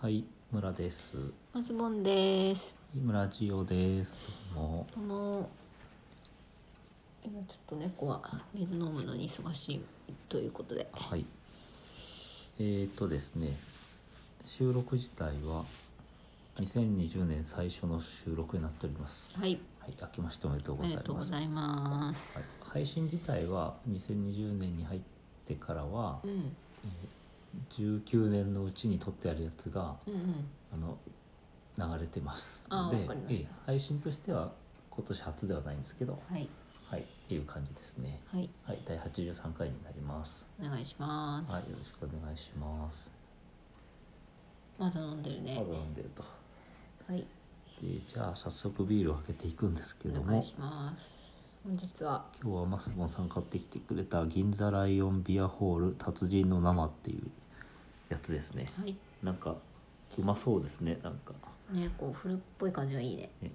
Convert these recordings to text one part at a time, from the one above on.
はい、村です。マスボンです。村ジオです。どうもどうも。今ちょっと猫は水飲むのに忙しいということで。はい。えっ、ー、とですね、収録自体は2020年最初の収録になっております。はい、はい、明けましておめでとうあござりいがとうごます。ざいます。はい、配信自体は2020年に入ってからはう、ん、 19年のうちに撮ってあるやつがうん、うん、あの流れてますあでわかりましたええ配信としては今年初ではないんですけど、はい、はい、っていう感じですね。はい、はい、第83回になります。お願いします。はい、よろしくお願いします。まだ飲んでるまねだ。飲んでると。はい、で、じゃあ早速ビールを開けていくんですけどお願もい、します。本日は、今日はマスボンさん買ってきてくれた銀座ライオンビアホール達人の生っていうやつですね。はい、なんかうまそうですね。なんか、ね、こう古っぽい感じがいいね。ね、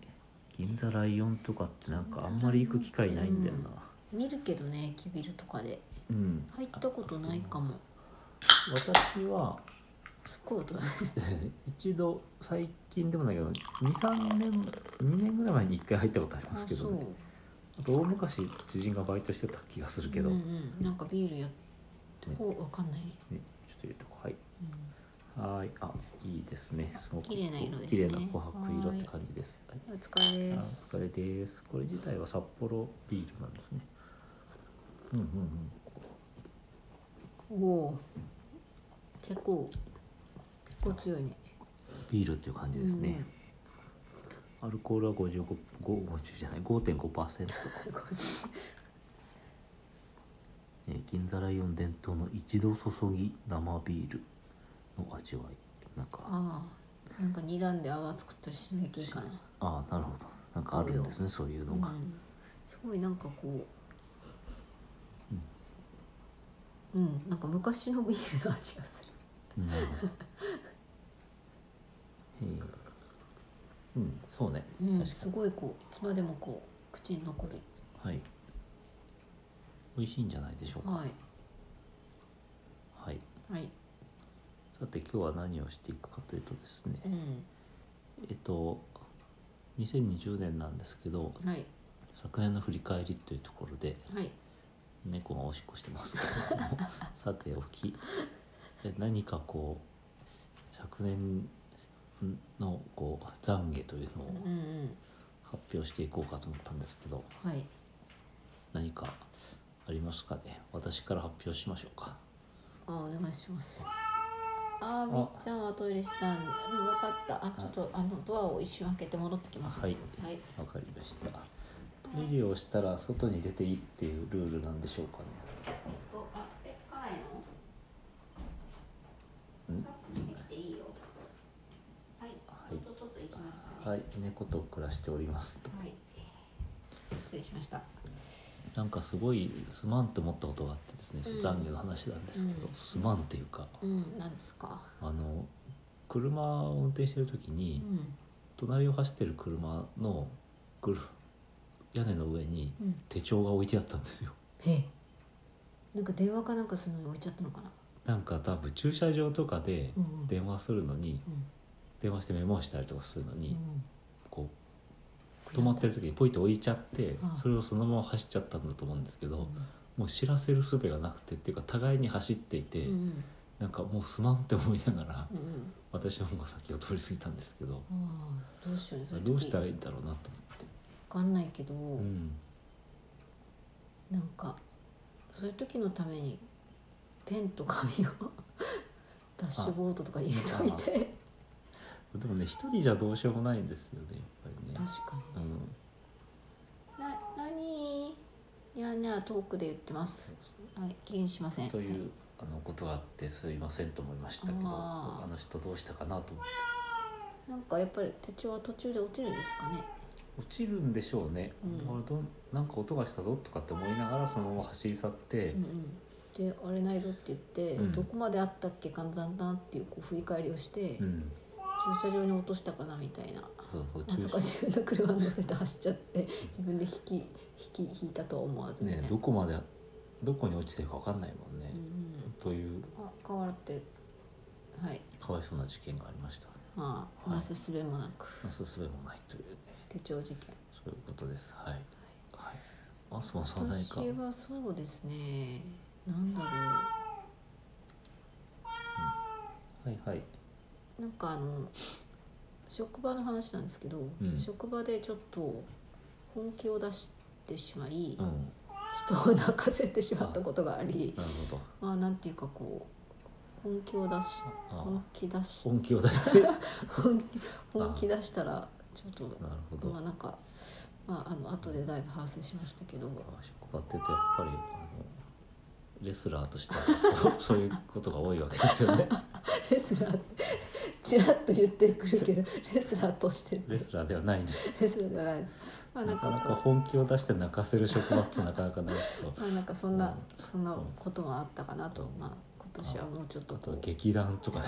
銀座ライオンとかってなんかあんまり行く機会ないんだよな。見るけどね、キビルとかでうん。入ったことないかも。私は すっごい音だね。一度最近でもないけど23年2年ぐらい前に1回入ったことありますけどねう。あと大昔知人がバイトしてた気がするけど、うんねうん、なんかビールやってほうわかんないね、ちょっと入れとこうはいうんはーいあいいですねすごく綺麗な色ですね綺麗な琥珀色って感じですはい、お疲れあですお疲れですこれ自体は札幌ビールなんですねうんうんうんおおー結構結構強いねビールっていう感じですね、アルコールは55 5 50じゃない5.5%、 うんこれね、銀座ライオン伝統の一度注ぎ生ビールの味わいなんかああなんか二段で泡作ったりしなきゃいいかな、ああなるほどなんかあるんですねそういううのが、ん、すごいなんかこううん、なんか昔のビールの味がするうんなるほどへえうんそうね、うん確かすごいこういつまでもこう口に残るにはい美味しいんじゃないでしょうかははいいはいさて今日は何をしていくかというとですねうんえっと2020年なんですけどはい昨年の振り返りというところではい猫がおしっこしてますけ れどもさておきえ何かこう昨年のこう懺悔というのをうんうん発表していこうかと思ったんですけど、はい何かありますかね私から発表しましょうかあお願いしますあーみっちゃんはトイレしたんだうんわかったあちょっとあのドアを一瞬開けて戻ってきますはいはい、わかりましたトイレをしたら外に出ていいっていうルールなんでしょうかねおあえ開かないのんさしてきていいよはいはいとっととっと行きましたねはい猫と暮らしておりますとはい失礼しましたなんかすごいすまんと思ったことがあってですね、うん残業の話なんですけど、うんすまんっていうかうんなんですかあの車を運転してる時うに、ん隣を走ってる車のくる屋根の上にうん手帳が置いてあったんですよえなんか電話かなんかするのに置いちゃったのかななんか多分駐車場とかでうんうん電話するのに、うん電話してメモしたりとかするのに、うんこう止まってる時にポイって置いちゃって、ああそれをそのまま走っちゃったんだと思うんですけど、もう知らせる術がなくてっていうか互いに走っていて、うんうんなんかもうすまんって思いながらうんうん私の方が先を通り過ぎたんですけど、ああどうしようねそういう時どうしたらいいんだろうなとわかんないけど、思って、うんなんかそういう時のためにペンと紙を ダッシュボードとかに入れといてでもね一人じゃどうしようもないんですよねやっぱりね。確かうにんな何にゃーにゃートークで言ってますはい気にしませんというあのことがあってすいませんと思いましたけどあああの人どうしたかなと思ってなんかやっぱり手帳は途中で落ちるんですかね落ちるんでしょうね、うんだからどんなんか音がしたぞとかって思いながらそのまま走り去って、うんうんであれないぞって言って、うんどこまであったっけかんだんだんっていうこう振り返りをして、うん駐車場に落としたかなみたいなそうそうまさか駐自分の車に乗せて走っちゃって自分で引き引き引いたとは思わず車ねどこまでどこに落ちてるか分かんないもんねう、んうんというあ、顔洗ってる。はい。かわいそうな事件がありましたまあはいなすすべもなく、なすすべもないというね手帳事件そういうことですはいはいあそもそも何私かはそうですねなんだろはいはいうなんかあの職場の話なんですけど、うん職場でちょっと本気を出してしまい、うん人を泣かせてしまったことがありなるほどまあなんていうかこう本気を出しあ本気出し本気を出 してなる本気本気出したらちょっとほどまあなんか、まあ、あの後でだいぶ反省しましたけど職場って言うとやっぱりあのレスラーとして はそういうことが多いわけです よねレスラー ってちらっと言ってくるけどレスラーとしてってレスラーではないんですレスラーじゃないですまあななんかなかか本気を出して泣かせる職場ってなかなかないですけどまあなんかそんなうんそんなことがあったかなとうんまあ今年はもうちょっとあとこはう劇団とか ね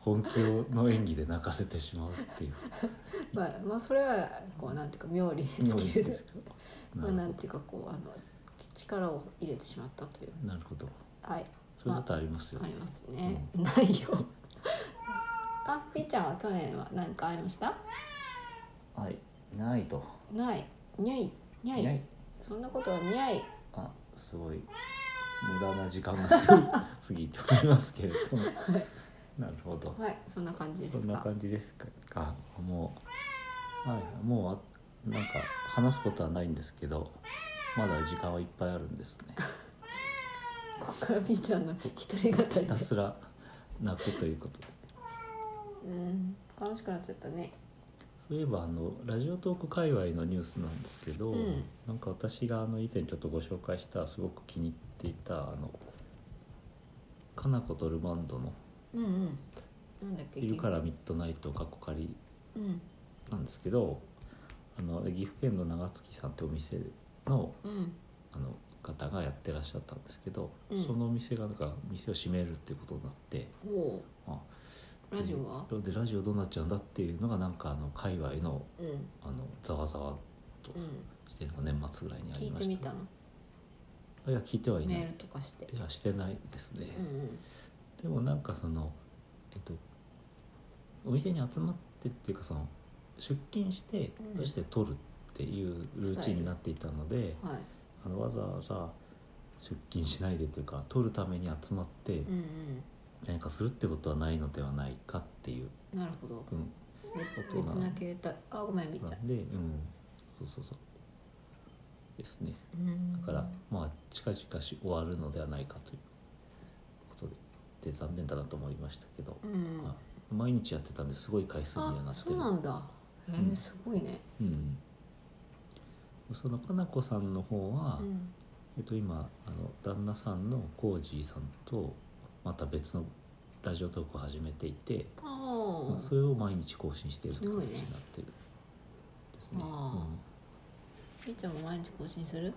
本気の演技で泣かせてしまうって いうまあまあそれはこうなんていうか妙利に尽妙きでするけどまあななるんていうかこうあの力を入れてしまったというなるほどはいそういうことありますよあねりますね、ないよあピーちゃんは去年は何かありましたはいないとないにゃいにゃいないそんなことはにゃいあすごい無駄な時間がすごい過ぎておりますけれどもなるほどはいそんな感じでそすんなか感じですかあもうはいもうあなんか話すことはないんですけどまだ時間はいっぱいあるんです ねここからピーちゃんの一人語りひでたすら泣くということでうん楽しくなっちゃったねそういえばあのラジオトーク界隈のニュースなんですけど、うんなんか私があの以前ちょっとご紹介したすごく気に入っていたあのかなことルマンドのうんうんなんだっ「け昼からミッドナイト」過去仮うんなんですけどあの岐阜県の長月さんってお店のうんあの方がやってらっしゃったんですけど、うんそのお店がなんか店を閉めるっていうことになって。おあうラジオはでラジオどうなっちゃうんだっていうのがなんかあの界隈のうんあのざわざわとうんしてるの年末ぐらいにあ聞りいまてしみたたのいや聞いてはいメないールとかしていやしてないですね、うんうんでもなんかそのえっとお店に集まってっていうかその出勤してうんそして撮るっていうルーチンになっていたので、はいあのわざわざ出勤しないでというか撮るために集まってうんうん何かするってことはないのではないかっていう、なるほどうん、別大人別な携帯あごめんみーちゃんなんで、うん、そうそうそうですねうんだからまあ近々し終わるのではないかということでで残念だなと思いましたけど、うんまあ毎日やってたんですごい回数にはなあってそうるなんだへうんえすごいねうんそのかなこさんの方は、うんえっと、今あの旦那さんのコージーさんとまた別のラジオトークを始めていて、ああそれを毎日更新しているって形になってるですね。あみーちゃんも毎日更新するうん、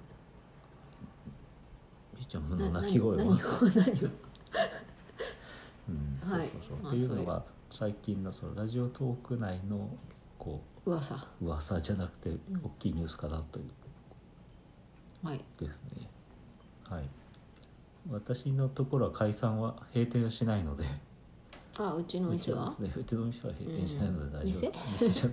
みーちゃんのな鳴き声何はを 何をうんはいそうそうそうまあっていうのが最近のそのラジオトーク内のこ噂う噂じゃなくてん大きいニュースかなというはいですね、はい私のところは解散は閉店はしないのであうちのう店ちははですねうちの店は閉店しないのでうん大丈夫、店じゃ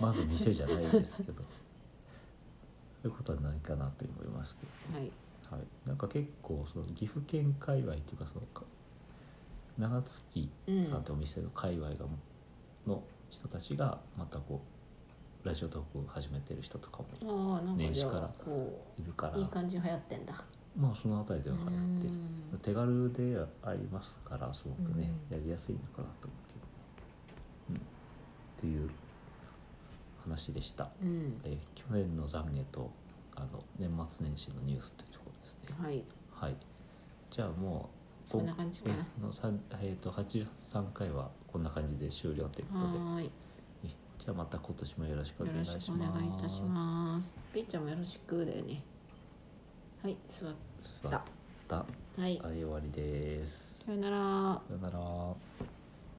まず店じゃないですけどそういうことはないかなと思いますけどはいはい、なんか結構その岐阜県界隈っていうかそのか長月さんってお店の界隈が、の人たちがまたこうラジオトークを始めてる人とかもああなんか年じ始ゃからあこいるからういい感じに流行ってんだまあその辺りで分かれうてん手軽でありますからすごくね、うんやりやすいのかなと思うけどね、うん、っていう話でした、うんえー去年の懺悔とあの年末年始のニュースというところですねはいはい。じゃあもうこんな感じかなえの三えっ、と八三回はこんな感じで終了ということで。はーいえじゃあまた今年もよろしくおよ願いろしましす。くお願いいたしますみーちゃんもよろしくだよねはい座っ座ったた。ははいい終わりです。さよならさよなら。